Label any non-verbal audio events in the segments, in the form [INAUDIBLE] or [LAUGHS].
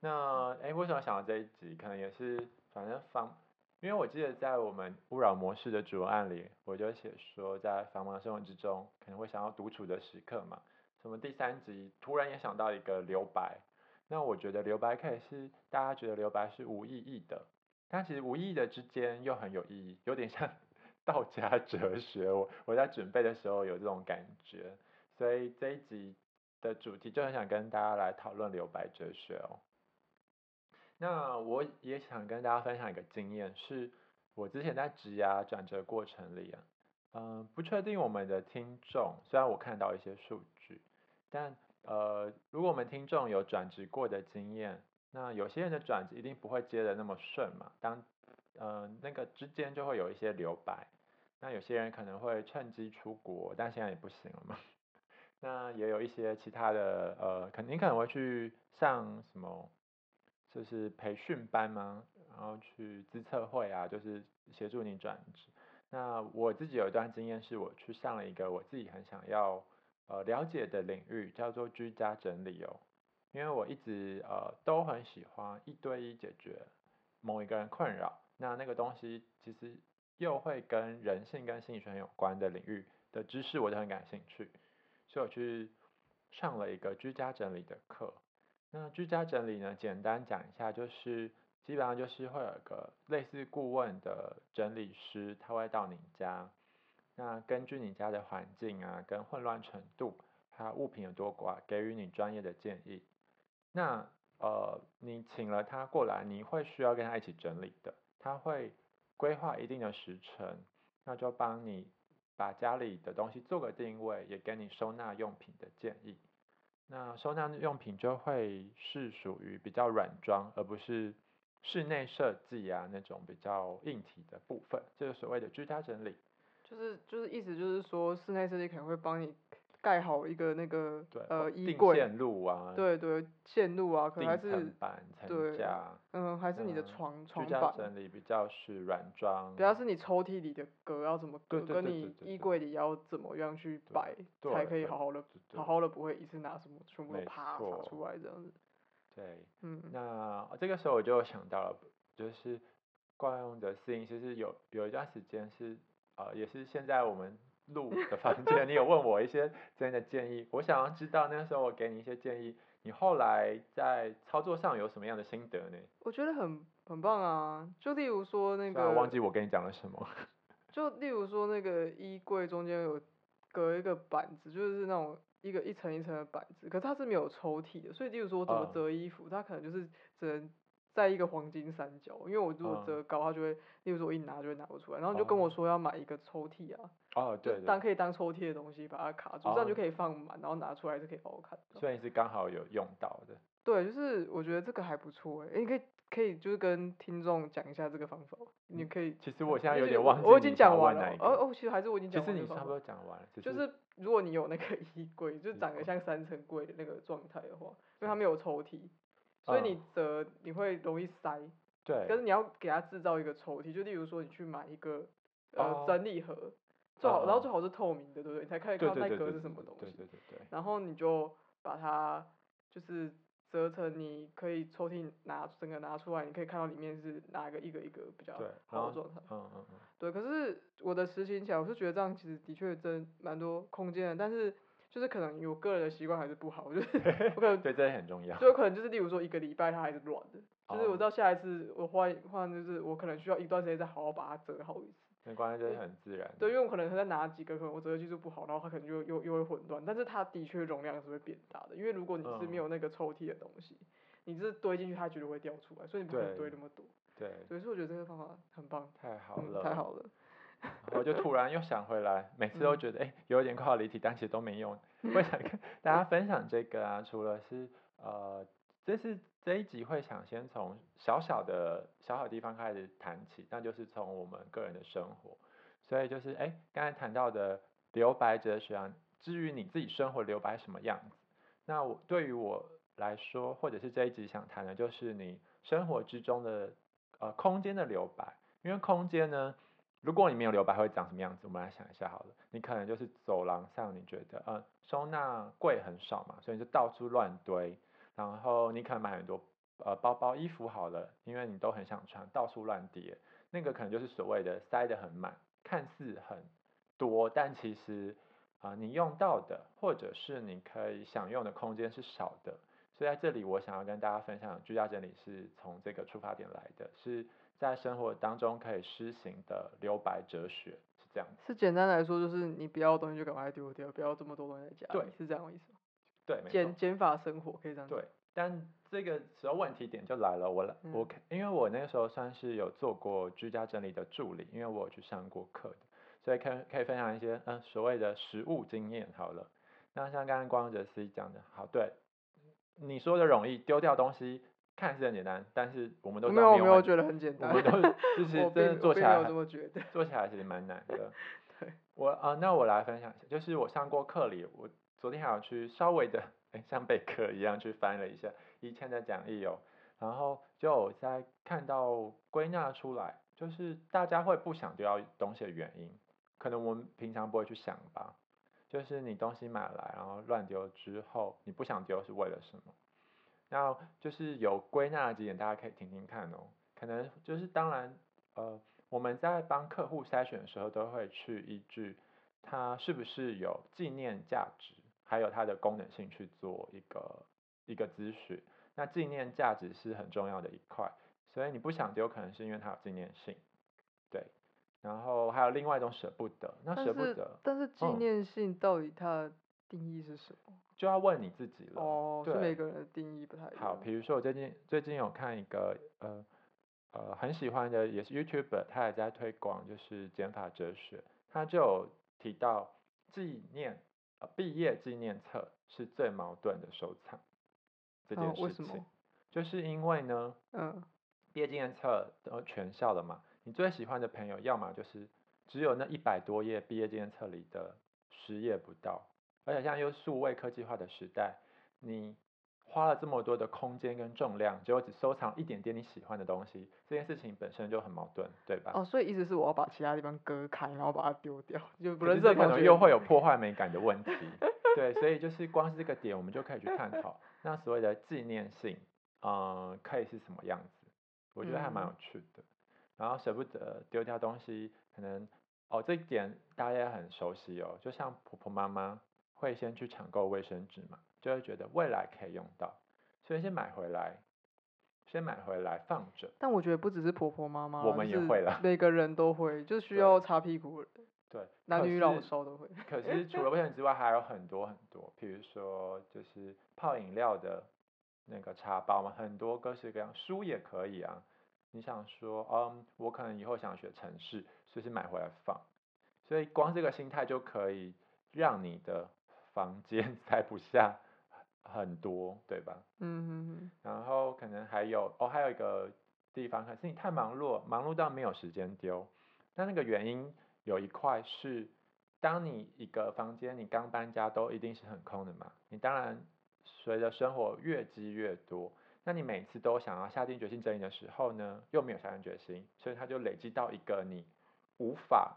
那哎、诶为什么想到这一集？可能也是反正防，因为我记得在我们勿扰模式的主案里，我就写说在繁忙生活之中，可能会想要独处的时刻嘛。什么第三集突然也想到一个留白，那我觉得留白可以是大家觉得留白是无意义的，但其实无意义的之间又很有意义，有点像 [LAUGHS] 道家哲学。我我在准备的时候有这种感觉，所以这一集的主题就很想跟大家来讨论留白哲学哦。那我也想跟大家分享一个经验，是我之前在职涯转折过程里啊，嗯、不确定我们的听众，虽然我看到一些数据，但呃，如果我们听众有转职过的经验，那有些人的转职一定不会接的那么顺嘛，当呃那个之间就会有一些留白，那有些人可能会趁机出国，但现在也不行了嘛。 [LAUGHS] 那也有一些其他的呃，肯定可能会去上什么。就是培训班吗？然后去资测会啊，就是协助你转职。那我自己有一段经验，是我去上了一个我自己很想要呃了解的领域，叫做居家整理哦。因为我一直呃都很喜欢一对一解决某一个人困扰，那那个东西其实又会跟人性跟心理学很有关的领域的知识，我都很感兴趣，所以我去上了一个居家整理的课。那居家整理呢，简单讲一下，就是基本上就是会有一个类似顾问的整理师，他会到你家，那根据你家的环境啊，跟混乱程度，还有物品有多寡，给予你专业的建议。那呃，你请了他过来，你会需要跟他一起整理的，他会规划一定的时程，那就帮你把家里的东西做个定位，也给你收纳用品的建议。那收纳用品就会是属于比较软装，而不是室内设计啊那种比较硬体的部分，这就是所谓的居家整理。就是就是意思就是说，室内设计可能会帮你盖好一个那个对，呃或衣定柜，线路啊，，对对，线路啊，可能定还层是板、层对架。嗯，还是你的嗯床居床家板，整理比较是软装，比较是你抽屉里的格要怎么对隔，对跟对你对对衣柜里要怎么样去摆，对才可以对好好的对对好好的不会一次拿什么全部都没啪错撒出来这样子，对。嗯，那这个时候我就想到了，就是惯用的适应，其实有有一段时间是呃，也是现在我们录的房间，你有问我一些真的建议，我想要知道那时候我给你一些建议，你后来在操作上有什么样的心得呢？我觉得很很棒啊，就例如说那虽然我忘个，记我跟你讲了什 [LAUGHS] 么，就例如说那个衣柜中间有隔一个板子，就是那种。一个一层一层的板子，可是它是没有抽屉的，所以例如说我怎么嗯折衣服，它可能就是只能在一个黄金三角，因为我如果嗯折高，它就会，例如说我一拿就会拿不出来，然后你就跟哦我说要买一个抽屉啊，哦，就对是对当可以当抽屉的东西把它卡住，这哦样就可以放满，然后拿出来就可以好好看到。所以是刚好有用到的，对，就是我觉得这个还不错哎、欸，你可以可以就是跟听众讲一下这个方法，你可以。其实我现在嗯也有许点我忘记我已经你想讲要完问了哪一。个哦哦，其实还是我已经其讲实完这你个方差不法。多讲完了，只就是如果你有那个衣柜，就是衣长得柜像三层柜的那个状态的话，因为它没有抽屉，所以嗯你折你会容易塞。对，可是你要给它制造一个抽屉，就例如说你去买一个哦呃整理盒，最好然嗯嗯后最好是透明的，对不对？你才看得对看到对那对格对是对什么东对西。对对对，然后你就把它就是折成你可以抽屉拿整个拿出来，你可以看到里面是哪一个一个一个比较对然好后的状态。嗯嗯嗯，对，可是我的实行起来，我是觉得这样其实的确真蛮多空间的，但是就是可能有个人的习惯还是不好，就是 [LAUGHS] 我可能对，这也很重要，就有可能就是例如说一个礼拜它还是软的，就是哦我到下一次我换换就是我可能需要一段时间再好好把它折好一次。没关系，这是很自然的。对，因为我可能再拿几个，可能我折合技术不好，然后它可能就又又会混乱。但是它的确容量是会变大的，因为如果你是嗯没有那个抽屉的东西，你这堆进去它绝对会掉出来，所以你不可能对堆那么多。对，所以说我觉得这个方法很棒，太好嗯，了，太好了。然后就突然又想回来，每次都嗯觉得哎、诶有一点快要离题，但其实都没用。我也想跟大家分享这个啊，除了是呃，这是这一集会想先从小小的小小地方开始谈起，那就是从我们个人的生活。所以就是哎，诶刚、才谈到的留白哲学啊，至于你自己生活留白什么样子，那我对于我来说，或者是这一集想谈的，就是你生活之中的呃空间的留白。因为空间呢，如果你没有留白，会长什么样子？我们来想一下好了。你可能就是走廊上，你觉得呃收纳柜很少嘛，所以你就到处乱堆。然后你可能买很多呃包包、衣服好了，因为你都很想穿，到处乱叠。那个可能就是所谓的塞得很满，看似很多，但其实啊、呃你用到的或者是你可以享用的空间是少的。所以在这里，我想要跟大家分享，居家整理是从这个出发点来的，是在生活当中可以施行的留白哲学，是这样子。是简单来说，就是你不要的东西就赶快丢掉，不要这么多东西在家里，对是这样的意思吗。对，没错。减减法生活可以这样讲。对，但这个时候问题点就来了，我来嗯我看因为我那个时候算是有做过居家整理的助理，因为我有去上过课的，所以可以可以分享一些嗯、呃所谓的实物经验好了。那像刚刚光哲 C 讲的，好，对你说的容易丢掉东西，看似很简单，但是我们都我知没道有，我没有有问觉得很简我单。们 [LAUGHS] 都就是我真的并做我起并来没有很这么 [LAUGHS] 觉得。。做起来其实蛮难的对，我啊、呃那我来分享一下，就是我上过课里，我昨天还有去稍微的，哎，像备课一样去翻了一下以前的讲义哦，然后就有在看到归纳出来，就是大家会不想丢掉东西的原因，可能我们平常不会去想吧，就是你东西买来然后乱丢之后，你不想丢是为了什么？那就是有归纳的几点，大家可以听听看哦。可能就是当然，呃，我们在帮客户筛选的时候，都会去依据它是不是有纪念价值，还有它的功能性去做一个一个咨询。那纪念价值是很重要的一块，所以你不想丢，可能是因为它有纪念性，对。然后还有另外一种舍不得，那但舍不是得但是纪嗯念性到底它的定义是什么？就要问你自己了。哦，嗯是对每个人的定义不太一样。好，比如说我最近最近有看一个呃呃很喜欢的，也是 YouTuber，他也在推广就是减法哲学，他就有提到纪念呃毕业纪念册是最矛盾的收藏这啊件为事什情，么？就是因为呢嗯，毕业纪念册都全校的嘛，你最喜欢的朋友要么就是只有那一百多页毕业纪念册里的十页不到，而且像又数位科技化的时代，你花了这么多的空间跟重量，结果只收藏一点点你喜欢的东西，这件事情本身就很矛盾，对吧？哦，所以意思是我要把其他地方割开，然后把它丢掉，就不可认是识的这可同能学又会有破坏美感的问题。 [LAUGHS] 对，所以就是光是这个点，我们就可以去探讨那所谓的纪念性，嗯，可以是什么样子？我觉得还蛮有嗯趣的。然后舍不得丢掉东西，可能哦，这一点大家也很熟悉哦，就像婆婆妈妈会先去抢购卫生纸嘛，就会觉得未来可以用到，所以先买回来，先买回来放着。但我觉得不只是婆婆妈妈啦，我们也会啦了，每个人都会， [LAUGHS] 就需对要擦屁股的人，对，男可女老是少都会。可是除了卫生纸之外，还有很多很多，比如说就是泡饮料的那个茶包嘛，很多各式各样，书也可以啊。你想说，嗯，我可能以后想学城市，所以是买回来放。所以光这个心态就可以让你的房间 [LAUGHS] 塞不下很多，对吧？嗯然后可能还有哦，还有一个地方，可是你太忙碌了，忙碌到没有时间丢。那那个原因有一块是，当你一个房间你刚搬家都一定是很空的嘛，你当然随着生活越积越多，那你每次都想要下定决心整理的时候呢，又没有下定决心，所以它就累积到一个你无法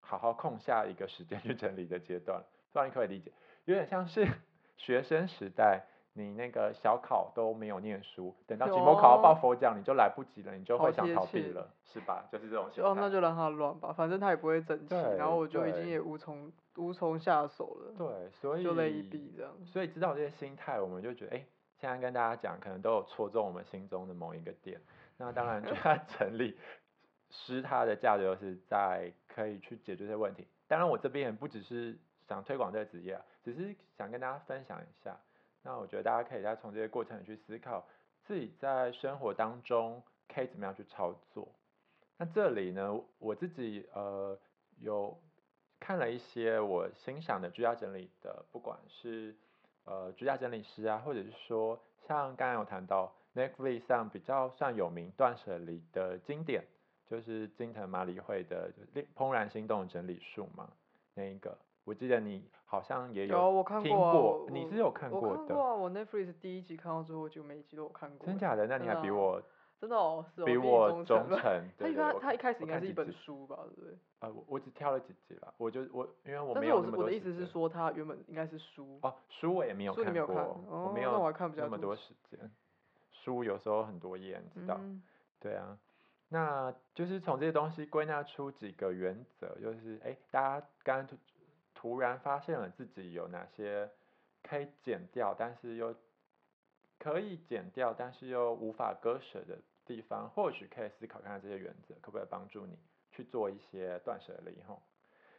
好好空下一个时间去整理的阶段，不然你可以理解，有点像是 [LAUGHS] 学生时代。你那个小考都没有念书，等到期末考要报有佛奖，你就来不及了，你就好会想贴逃避切了，是吧？就是这种哼，心就哦，那态。就让它乱吧，反正它也不会整齐，然对后我就已经对也无从无从下手了，对，所以嗯就累一笔这样。所以知道这些心态，我们就觉得，哎、现在跟大家讲，可能都有戳中我们心中的某一个点。那当然，就 [LAUGHS] 它成立，师它的价值就是在可以去解决这些问题。当然，我这边也不只是想推广这个职业啊，只是想跟大家分享一下。那我觉得大家可以再从这些过程里去思考，自己在生活当中可以怎么样去操作。那这里呢，我自己呃有看了一些我欣赏的居家整理的，不管是呃居家整理师啊，或者是说像刚刚有谈到 Netflix 上比较算有名断舍离的经典，就是金藤麻里惠的《怦然心动整理术》嘛，那一个我记得你好像也有有我看听啊，过我你是有看我过看的过啊，我 Netflix 第一集看到最后就每一集都有看过欸。真假的？那你真还的比啊我真的哦，是哦，比你我忠忠吧。诚。[LAUGHS] 他对一对开我他一开始我应该看是一几本集书吧，对不对？呃，我我只挑了几集啦，我就我因为我但没是有我那是么我多的意时思是间说，他原本应该是书，哦，书我也没有书你看没有过，看，我哦，没那我有还看比较那么多时间，书有时候很多页，你知道？嗯，对啊，那就是从这些东西归纳出几个原则，就是哎，大家刚刚突突然发现了自己有哪些可以减掉，但是又可以减掉，但是又无法割舍的地方，或许可以思考看看这些原则可不可以帮助你去做一些断舍离吼。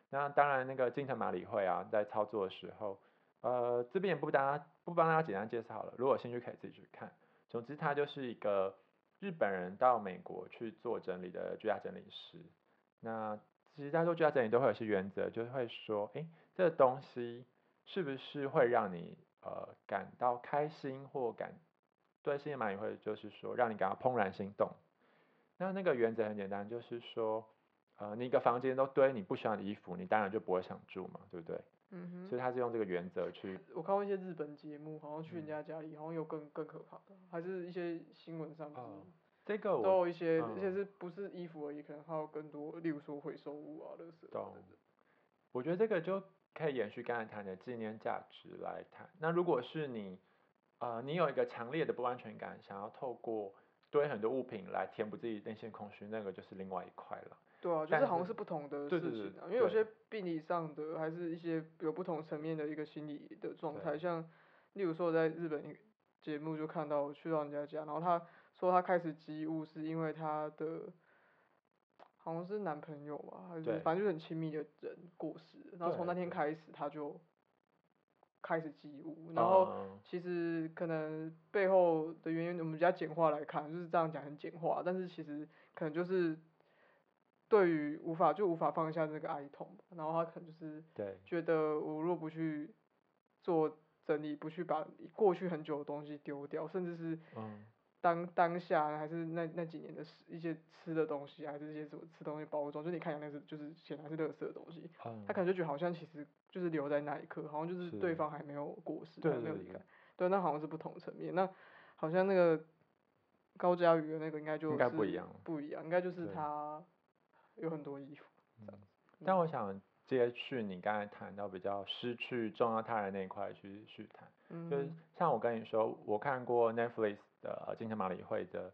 那当然，那个金城马里会啊，在操作的时候，呃，这边也不大家不帮大家简单介绍了，如果有兴趣可以自己去看。总之，它就是一个日本人到美国去做整理的居家整理师。那其实在做居家整理都会有一些原则，就是会说，诶，这个东西是不是会让你呃感到开心或感对新的蚂蚁会就是说让你感到怦然心动。那那个原则很简单，就是说，呃，你一个房间都堆你不喜欢的衣服，你当然就不会想住嘛，对不对？嗯所哼，以他是用这个原则去我看过一些日本节目，好像去人嗯家家里，好像有更更可怕的，还是一些新闻上面哦 [LAUGHS] 这个都我有一些，而且嗯是不是衣服而已，可能还有更多，例如说回收物啊、垃圾啊懂等等。我觉得这个就可以延续刚才谈的纪念价值来谈。那如果是你，呃，你有一个强烈的不安全感，想要透过堆很多物品来填补自己内心的空虚，那个就是另外一块了。对啊，就但是好像是是不同的对事对情对啊，因为有对些病理上的，还是一些有不同层面的一个心理的状对态，像例如说我在日本一个节目就看到我去到人家家，然后他说他开始积物是因为他的好像是男朋友吧，还对是反正就是很亲密的人过世了，然后从对那天对开始他就开始积物，然后嗯其实可能背后的原因，我们比较简化来看，就是这样讲很简化，但是其实可能就是对于无法就无法放下这个哀痛吧，然后他可能就是对觉得我若不去做整理，不去把过去很久的东西丢掉，甚至是嗯当当下还是那那几年的食一些吃的东西，还是一些什么吃东西包装，就你看起来那是就是显然是垃圾的东西，嗯他可能就觉得好像其实就是留在那一刻，好像就是对是方还没有过世，对还没有对离对开。对，那好像是不同层面。那好像那个高佳瑜的那个应该就是应该不一样，不一样，应该就是对他有很多衣服。嗯但嗯我想接续你刚才谈到比较失去重要他人那一块去去谈。嗯就是哼，像我跟你说，我看过 Netflix 的呃《金城马里会》的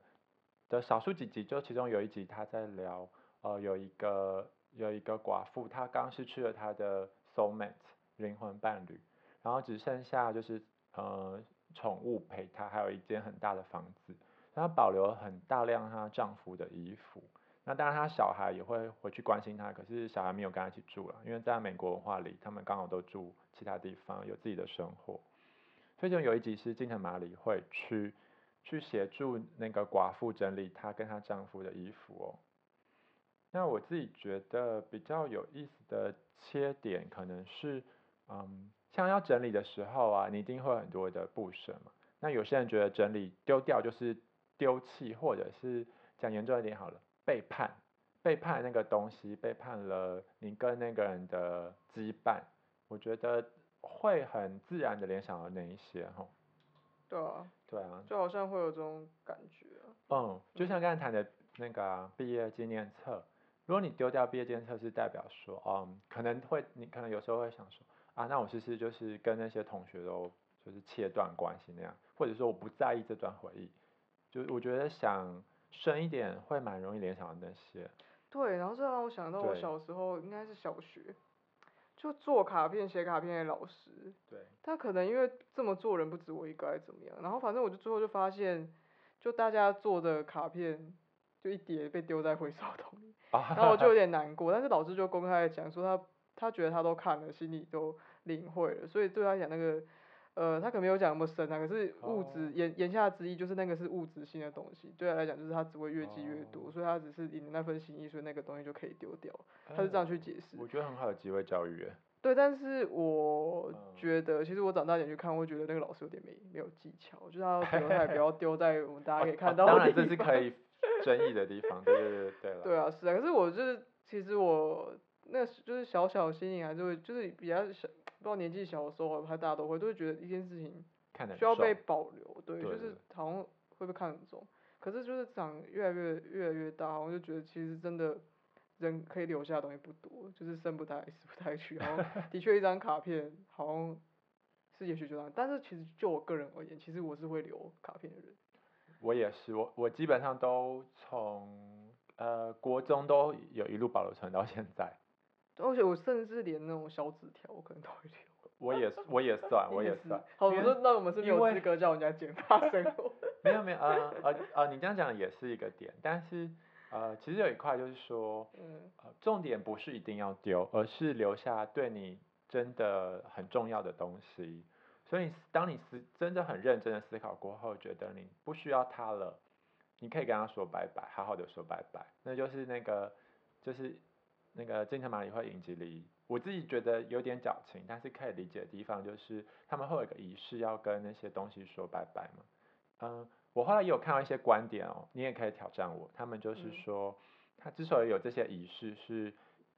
的少数几集，就其中有一集他在聊，呃，有一个有一个寡妇，她刚失去了她的 soul mate 灵魂伴侣，然后只剩下就是呃宠物陪她，还有一间很大的房子，她保留了很大量她丈夫的衣服。那当然，她小孩也会回去关心她，可是小孩没有跟她一起住了，因为在美国文化里，他们刚好都住其他地方，有自己的生活。所以就有一集是金城马里会去去协助那个寡妇整理她跟她丈夫的衣服哦。那我自己觉得比较有意思的切点可能是，嗯，像要整理的时候啊，你一定会有很多的不舍嘛。那有些人觉得整理丢掉就是丢弃，或者是讲严重一点好了，背叛，背叛那个东西，背叛了你跟那个人的羁绊。我觉得会很自然的联想到那一些吼。对啊，对啊，就好像会有这种感觉啊、嗯，就像刚才谈的那个啊毕业纪念册，如果你丢掉毕业纪念册，是代表说，嗯，可能会你可能有时候会想说，啊，那我是不是就是跟那些同学都就是切断关系那样，或者说我不在意这段回忆，就我觉得想深一点会蛮容易联想到那些，对，然后这让我想到我对小时候应该是小学，就做卡片、写卡片的老师，对，他可能因为这么做人不止我一个，还是怎么样？然后反正我就最后就发现，就大家做的卡片就一叠被丢在回收桶里，啊，然后我就有点难过。但是老师就公开地讲说他他觉得他都看了，心里都领会了，所以对他讲那个。呃，他可能没有讲那么深啊，可是物质、哦言言下之意就是那个是物质性的东西，对他来讲就是他只会越积越多，哦所以他只是领了那份心意，所以那个东西就可以丢掉，他是这样去哎解释。我觉得很好的机会教育耶，对，但是我嗯觉得，其实我长大一点去看，我会觉得那个老师有点没没有技巧，就是他要丢，他 [LAUGHS] 也不要丢在我们大家可以看到哦当的然地这是方。可以争议的地方，对对对对对了。对啊，是啊，可是我就是，其实我那是就是小小的心灵还是会，就是比较小，不知道年纪小的时候，还大家都会，都会觉得一件事情看得需要很重被保留，对对，就对是对好像会被看很重。可是就是长越来越越来越大，好像就觉得其实真的人可以留下的东西不多，就是生不带来 [LAUGHS] 死不带去，好像的确一张卡片好像是也许就这样，但是其实就我个人而言，其实我是会留卡片的人，我也是，我我基本上都从呃国中都有一路保留存到现在。而且我甚至连那种小纸条我可能都会留。我也我也算，啊我 [LAUGHS] 你也是算，。好，因我为说那我们是没因有为资格叫人家剪发生 [LAUGHS] 活。 [LAUGHS] 没有没有，呃呃呃，你这样讲也是一个点，但是呃，其实有一块就是说，嗯呃，重点不是一定要丢，而是留下对你真的很重要的东西。所以，当你思真的很认真的思考过后，觉得你不需要它了，你可以跟他说拜拜，好好的说拜拜。那就是那个，就是那个金城马里会影集里，我自己觉得有点矫情，但是可以理解的地方就是他们会有一个仪式要跟那些东西说拜拜嘛。嗯，我后来也有看到一些观点哦，你也可以挑战我。他们就是嗯说，他之所以有这些仪式，是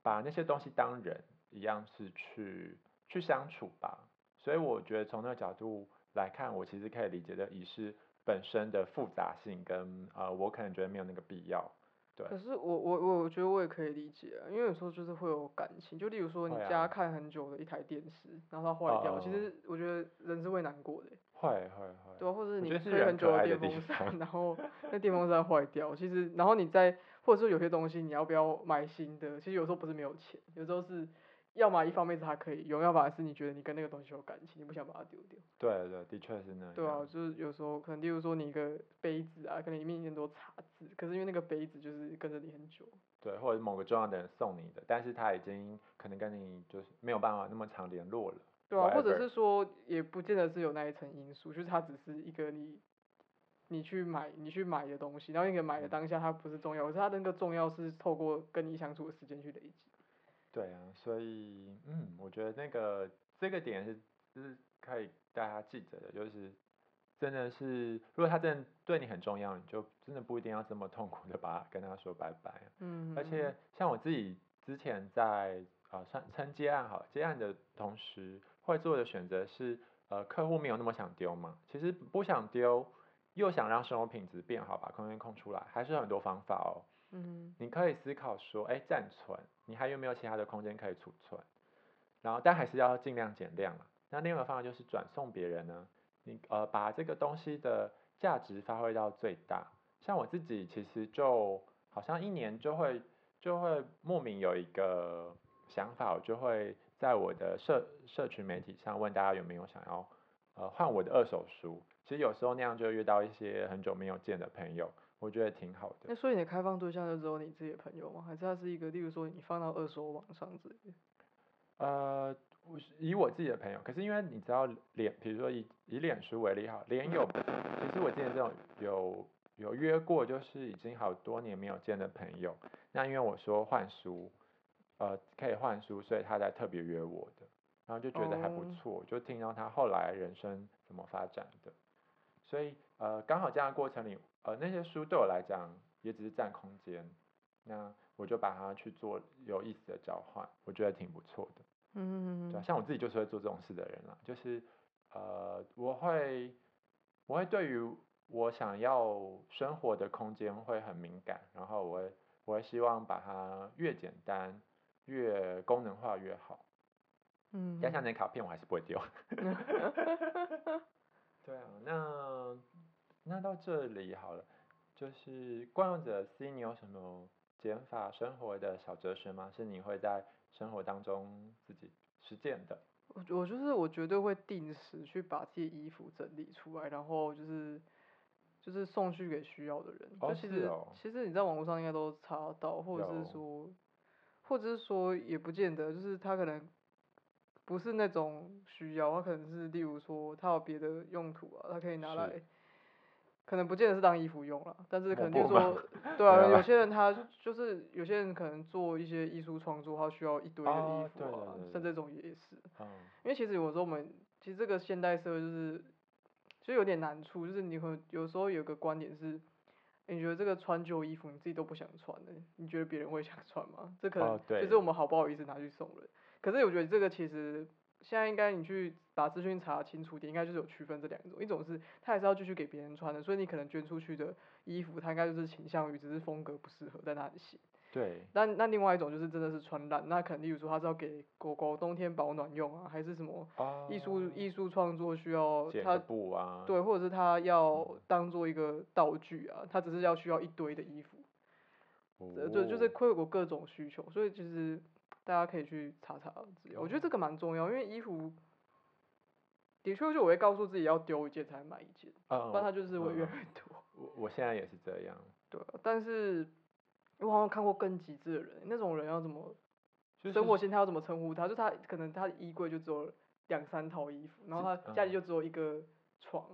把那些东西当人一样是去去相处吧。所以我觉得从那个角度来看，我其实可以理解的仪式本身的复杂性跟呃，我可能觉得没有那个必要。对可是我我我觉得我也可以理解啊，因为有时候就是会有感情，就例如说你会啊家看很久的一台电视，然后它坏掉，其哦实我觉得人是会难过的欸，会会会，对啊，或者我是你觉得是吹人很久可爱的电地风扇，方然后那电风扇坏掉，其实然后你再或者说有些东西你要不要买新的，其实有时候不是没有钱，有时候是要么一方面是它可以用，要么是你觉得你跟那个东西有感情，你不想把它丢掉。对对，的确是那样。对啊，就是有时候可能，例如说你一个杯子啊，可能里面有很多茶渍，可是因为那个杯子就是跟着你很久，对，或者某个重要的人送你的，但是他已经可能跟你就是没有办法那么常联络了。对啊，或者 Whatever 是说也不见得是有那一层因素，就是它只是一个你你去买你去买的东西，然后那个买的当下它不是重要，可是它那个重要是透过跟你相处的时间去累积。对啊，所以嗯，我觉得那个这个点是是可以大家记着的，就是真的是，如果他真的对你很重要，你就真的不一定要这么痛苦的把它跟他说拜拜啊。嗯，而且像我自己之前在啊算称接案好了接案的同时，会做的选择是，呃，客户没有那么想丢嘛，其实不想丢，又想让生活品质变好，把空间空出来，还是有很多方法哦。嗯你可以思考说，哎，暂存，你还有没有其他的空间可以储存？然后，但还是要尽量减量啊。那另外一个方法就是转送别人呢，你呃把这个东西的价值发挥到最大。像我自己其实就好像一年就会就会莫名有一个想法，我就会在我的社社群媒体上问大家有没有想要呃换我的二手书。其实有时候那样就会遇到一些很久没有见的朋友，我觉得挺好的。那所以你的开放对象就只有你自己的朋友吗？还是它是一个，例如说你放到二手网上之类的？呃，我是以我自己的朋友，可是因为你知道脸，比如说以以脸书为例哈，脸友，其实我之前这种有有约过，就是已经好多年没有见的朋友，那因为我说换书，呃，可以换书，所以他才特别约我的，然后就觉得还不哦错，就听到他后来人生怎么发展的，所以呃，刚好这样的过程里，呃，那些书对我来讲也只是占空间，那我就把它去做有意思的交换，我觉得挺不错的。嗯，对啊，像我自己就是会做这种事的人啦，就是呃，我会我会对于我想要生活的空间会很敏感，然后我会我会希望把它越简单越功能化越好。嗯，但像那卡片我还是不会 [LAUGHS] 丢。对啊，那那到这里好了，就是惯用者 C，你有什么减法生活的小哲学吗？是你会在生活当中自己实践的？我我就是我绝对会定时去把自己衣服整理出来，然后就是就是送去给需要的人。哦就其是实、哦其实你在网络上应该都查得到，或者有是说，或者是说也不见得，就是他可能不是那种需要，他可能是例如说他有别的用途啊，他可以拿是来。可能不见得是当衣服用了，但是可抹能就是布吗说， [LAUGHS] 对啊，没有有啦些人他就是有些人可能做一些艺术创作，他需要一堆的衣哦服对对啊对，对像这种也是。嗯，因为其实有时候我们其实这个现代社会就是，其实有点难处，就是你会有时候有个观点是，诶你觉得这个穿旧衣服你自己都不想穿的，你觉得别人会想穿吗？这可能哦就是对我们好不好意思拿去送人。可是我觉得这个其实现在应该你去把资讯查清楚点，应该就是有区分这两种，一种是他还是要继续给别人穿的，所以你可能捐出去的衣服，它应该就是倾向于只是风格不适合，但它很新。对，那那另外一种就是真的是穿烂，那肯定例如说它是要给狗狗冬天保暖用啊，还是什么哦，艺术艺术创作需要剪嗯个它布啊，对，或者是它要当做一个道具啊，它只是要需要一堆的衣服，呃哦，就就是会有各种需求，所以其实大家可以去查查资料，我觉哦得这个蛮重要，因为衣服。的确，就我会告诉自己要丢一件才买一件，嗯，不然它就是会越嗯来越多。我我现在也是这样，对啊，但是我好像看过更极致的人，那种人要怎么就是生活形态要怎么称呼他？就他可能他的衣柜就只有两三套衣服，然后自他家里嗯就只有一个床，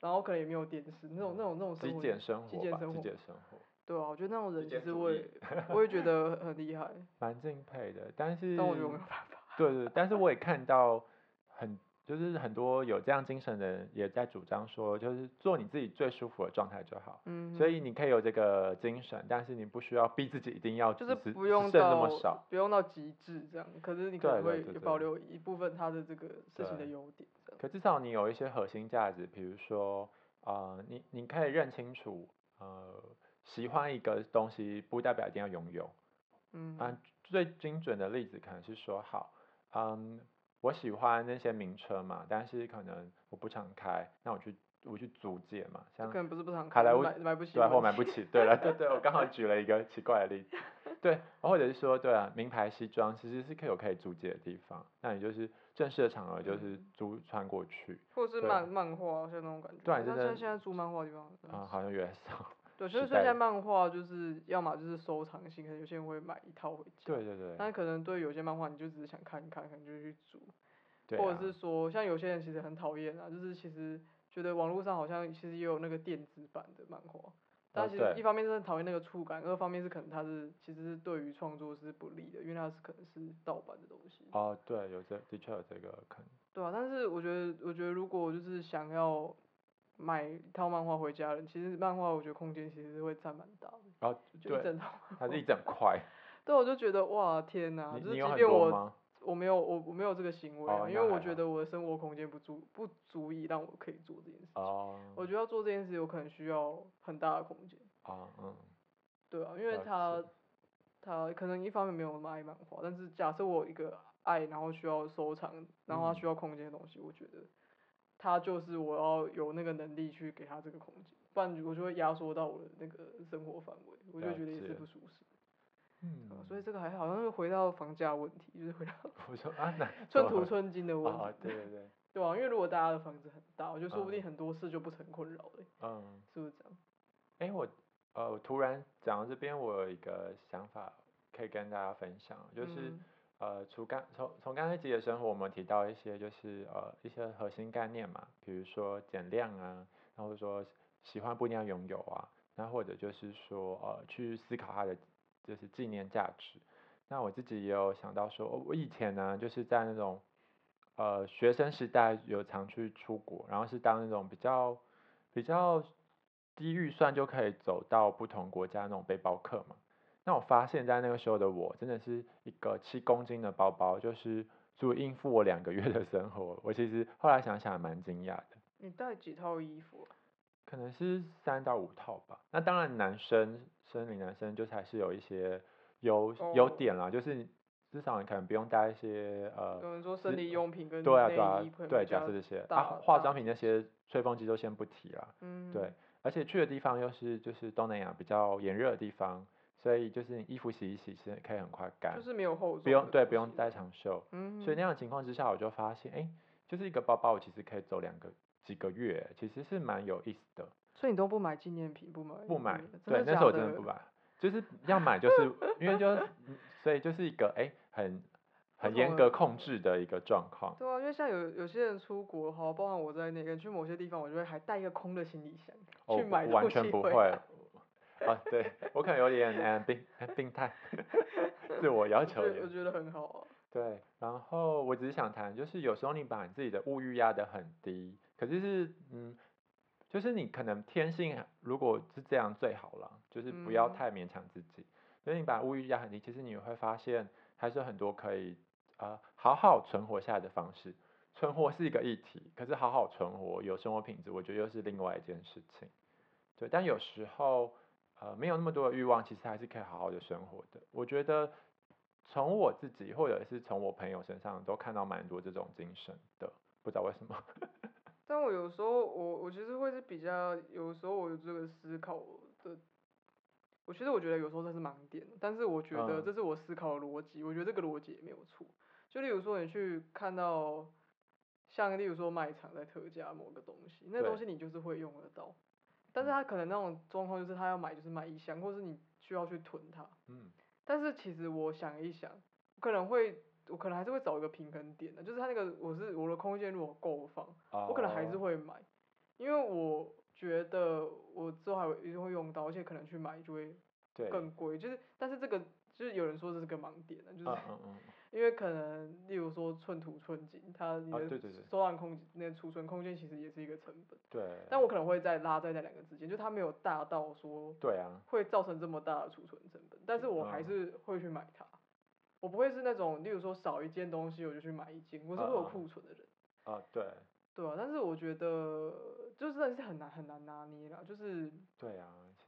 然后可能也没有电视，那种那种那种生极活简形生极活简吧，生极活简生活，对啊，我觉得那种人极其简实主我也义我也 [LAUGHS] 觉得很厉害，蛮敬佩的。但是，但我觉得我没有办法。对对，但是我也看到很，就是很多有这样精神的人也在主张说，就是做你自己最舒服的状态就好。嗯，所以你可以有这个精神，但是你不需要逼自己一定要就是只不用只剩那到么少。不用到极致这样，可是你可对能对会对有保对留一部分他的这个事情的对优点这样。可至少你有一些核心价值，比如说，呃，你你可以认清楚，呃，喜欢一个东西不代表一定要拥有。嗯，啊，最精准的例子可能是说，好，嗯，我喜欢那些名车嘛，但是可能我不常开，那我去我去租借嘛，这像可能不是不常好看，莱是坞买买不起对啊，问或买题不起。对 [LAUGHS] 了，对对，我刚好举了一个奇怪的例子，对，或者是说，对啊，名牌西装其实是可以有可以租借的地方，那你就是正式的场合就是嗯租穿过去，或者是对漫漫画，像那种感觉。对啊真但现在的现在租漫画的地方，嗯啊、好像有点少。对，所以时说现在代漫画就是要么就是收藏性，可能有些人会买一套回家。。对对对，但可能对有些漫画，你就只是想看一看，可能就去租，对或者啊是说，像有些人其实很讨厌啊，就是其实觉得网络上好像其实也有那个电子版的漫画，但哦其实对一方面真的讨厌那个触感，二方面是可能它是其实是对于创作是不利的，因为它是可能是盗版的东西。哦，对，有这的确有这个可能。对啊，但是我觉得，我觉得如果就是想要买一套漫画回家的人，其实漫画我觉得空间其实是会占蛮大的，然后就一哦对，整套。它是一整块，对，我就觉得哇天哪，你哦啊就你是有即很便多我吗？我没有我我没有这个行为啊，哦因为那我还觉好得我的生活空间不足不足以让我可以做这件事。哦，我觉得要做这件事，有可能需要很大的空间。哦，嗯，对啊，因为了他解他可能一方面没有那么爱漫画，但是假设我有一个爱，然后需要收藏，然后他嗯需要空间的东西，我觉得他就是我要有那个能力去给他这个空间，不然我就会压缩到我的那个生活范围，我就了觉得也是解不舒适。对啊嗯，所以这个还好，像又回到房价问题，就 [LAUGHS] 是回到我说啊，那寸怎土么寸金的问题，啊，对对对，对啊，因为如果大家的房子很大，我觉得说不嗯定很多事就不成困扰了、嗯，是不是这样？哎，我呃，我突然讲到这边，我有一个想法可以跟大家分享，就是嗯呃，除刚从从刚才集的生活，我们提到一些就是呃一些核心概念嘛，比如说减量啊，然后说喜欢不一定要拥有啊，那或者就是说呃去思考它的就是纪念价值。那我自己也有想到说，哦我以前呢就是在那种呃学生时代有常去出国，然后是当那种比较比较低预算就可以走到不同国家那种背包客嘛。那我发现，在那个时候的我，真的是一个七公斤的包包，就是足以应付我两个月的生活。我其实后来想想，还蛮惊讶的，你带几套衣服呃啊？可能是三到五套吧。那当然，男生生理男生就是还是有一些优优哦点啦，就是你至少你可能不用带一些呃，有人说是生理用品跟对啊内对啊衣可能对，比假较设这些大啊化大妆品那些吹风机都先不提啦。嗯，对，而且去的地方又是就是东南亚比较炎热的地方，所以就是你衣服洗一洗，其实可以很快干，就是没有后不用对不用带带，长袖。嗯，所以那样的情况之下，我就发现，哎、就是一个包包，我其实可以走两个几个月，其实是蛮有意思的。所以你都不买纪念品，不买不买，对那哎真，的时假候我真的不买，就是要买就是因为就是， [LAUGHS] 所以就是一个哎、很很同严的格控制的一个状况。对啊，因为像有有些人出国哈，包含我在内，可能去某些地方，我就会还带一个空的行李箱哦去不买我东完西全不回会。来。 [LAUGHS] 啊，对我可能有点呃病病 [LAUGHS] 态，自我要我求觉有得我觉得很好啊，对，然后我只是想谈，就是有时候你把你自己的物欲压得很低，可是是嗯，就是你可能天性如果是这样最好了，就是不要嗯太勉强自己。所以你把物欲压很低，其实你会发现还是有很多可以呃好好存活下来的方式。存活是一个议题，可是好好存活有生活品质，我觉得又是另外一件事情。对，但有时候呃没有那么多的欲望，其实还是可以好好的生活的。我觉得从我自己或者是从我朋友身上都看到蛮多这种精神的，不知道为什么。但我有时候我我其实会是比较，有时候我有这个思考的，我其实我觉得有时候它是盲点，但是我觉得嗯这是我思考的逻辑，我觉得这个逻辑也没有错。就例如说你去看到，像例如说卖场在特价某个东西，那对东西你就是会用得到，但是嗯他可能那种状况就是他要买就是买一箱，或是你需要去囤它。 [LAUGHS] 嗯但是其实我想一想，我可能会，我可能还是会找一个平衡点的，就是它那个我是我的空间如果够放。我可能还是哦会买，因为我觉得我之后还会一定会用到，而且可能去买就会对，更贵。就是，但是这个就是有人说这是个盲点啊，就是、嗯嗯嗯， [LAUGHS] 因为可能例如说寸土寸金，它你啊的对对对收纳空间、那个储存空间其实也是一个成本，对。但我可能会再拉在那两个之间，就它没有大到说对 [LAUGHS] 啊，会造成这么大的储存成本，但是我还嗯是会去买它。我不会是那种，例如说少一件东西我就去买一件，我是会有嗯嗯库存的人。啊对对啊，但是我觉得就真的是很难很难拿捏啦，就是对啊，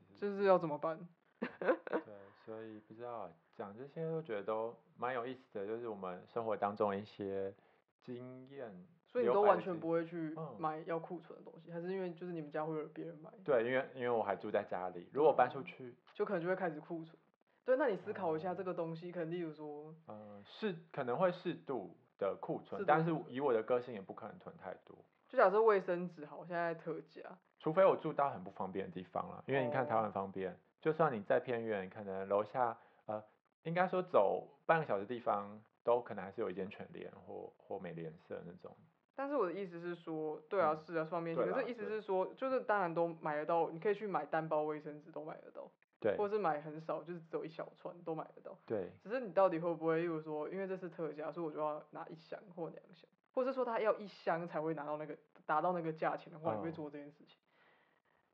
其实就是要怎么办？对，所以不知道讲这些都觉得都蛮有意思的，就是我们生活当中一些经验，所以你留都白完的全经不会去嗯买要库存的东西，还是因为就是你们家会有别人买，对，因为因为我还住在家里，如果搬嗯出去，就可能就会开始库存。对，那你思考一下哦这个东西，可能例如说，呃，是可能会适度的库存适，但度是库以我的个性也不可能囤太多，就假设卫生纸好，现在特价，除非我住到很不方便的地方了，因为你看台哦湾方便，就算你再偏远，可能楼下呃，应该说走半个小时地方，都可能还是有一间全联或或美联社那种。但是我的意思是说，对啊，嗯是啊，方便性，对可啦是意思对是说，就是当然都买得到，你可以去买单包卫生纸都买得到，对或者是买很少，就是只有一小串都买得到。对，只是你到底会不会，例如说，因为这是特价，所以我就要拿一箱或两箱，或是说他要一箱才会拿到那个达到那个价钱的话，你会哦做这件事情？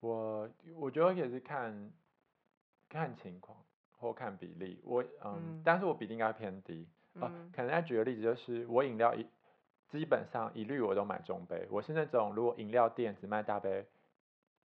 我我觉得也是看看情况或看比例，我嗯嗯但是我比例应该偏低。啊，嗯，可能再举个例子，就是我饮料一基本上一律我都买中杯，我是那种如果饮料店只卖大杯，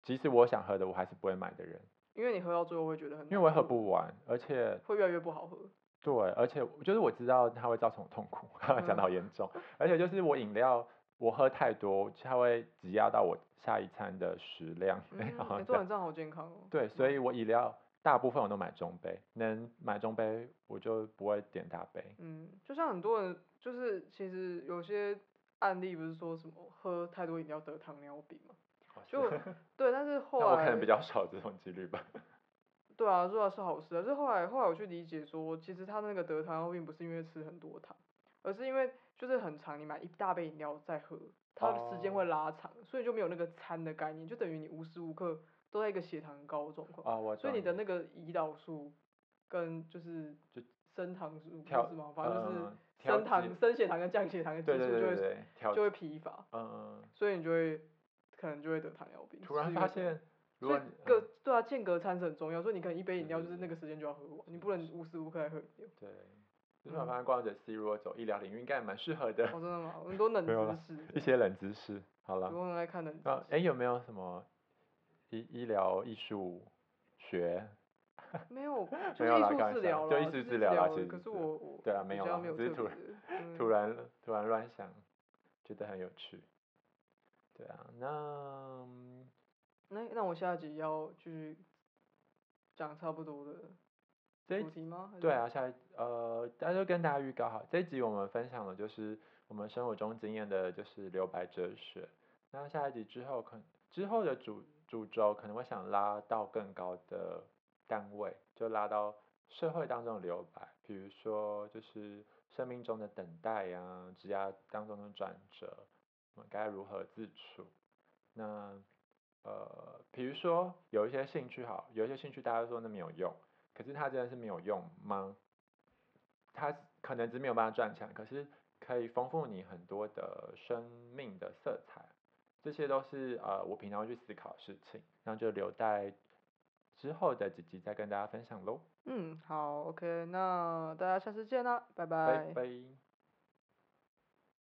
即使我想喝的我还是不会买的人，因为你喝到最后会觉得很，因为我也喝，不完，而且会越来越不好喝。对，而且就是我知道它会造成我痛苦， [LAUGHS] 讲嗯的好严重，而且就是我饮料我喝太多，它会挤压到我下一餐的食量， [LAUGHS] 嗯，哎好像你这做样晚上好健康哦。对，所嗯以我饮料大部分我都买中杯，能买中杯我就不会点大杯，嗯，就像很多人，就是其实有些案例不是说什么喝太多饮料得糖尿病嘛？哦是就对，但是后 [LAUGHS] 那来我可能比较少这种几率吧。对啊，对啊是好事啊。就后来后来我去理解说，其实他那个得糖尿病不是因为吃很多糖，而是因为就是很长，你买一大杯饮料再喝，它的时间哦会拉长，所以就没有那个餐的概念，就等于你无时无刻都在一个血糖很高的状况，啊、我哦所以你懂的那个胰岛素跟就是就升糖素不调是吗？反正就是嗯调升糖、节升血糖跟降血糖的激对对素对就对会对，调就会疲乏，嗯，所以你就会可能就会得糖尿病。突然是因发为这样现，如所果以你个嗯对啊，间隔餐是很重要，所以你可能一杯饮料对就对是那个时间就要喝完，你是不能无时无刻在喝饮 [LAUGHS] 料。嗯对，就突然嗯发现光者 C 如果走医疗领域应该也蛮适合的哦，真的吗？很多冷没有啦知识，一些冷知识。好很了，多人爱看冷知那哎、识。诶有没有什么医医疗艺术学？没有，就没是有艺啦术开玩治笑疗就啦艺术就是治治疗啦疗其的实可是是我我对啊我没比有较啦没有只是突特别然的，嗯突然突然乱想，觉得很有趣。对啊，那嗯那那我下集要继续讲差不多的这一主题吗？还是对，啊，下一呃，那就跟大家预告好，这一集我们分享的就是我们生活中经验的，就是留白哲学。那下一集之后可之后的主主轴可能会想拉到更高的单位，就拉到社会当中的留白，比如说就是生命中的等待呀、啊，职涯当中的转折，我们该如何自处？那呃，比如说有一些兴趣好，有一些兴趣大家说那没有用。可是它真的是没有用吗？它可能只是没有办法赚钱，可是可以丰富你很多的生命的色彩。这些都是呃我平常会去思考的事情，那就留待之后的几集再跟大家分享喽，嗯，好，OK，那大家下次见啦，拜拜拜。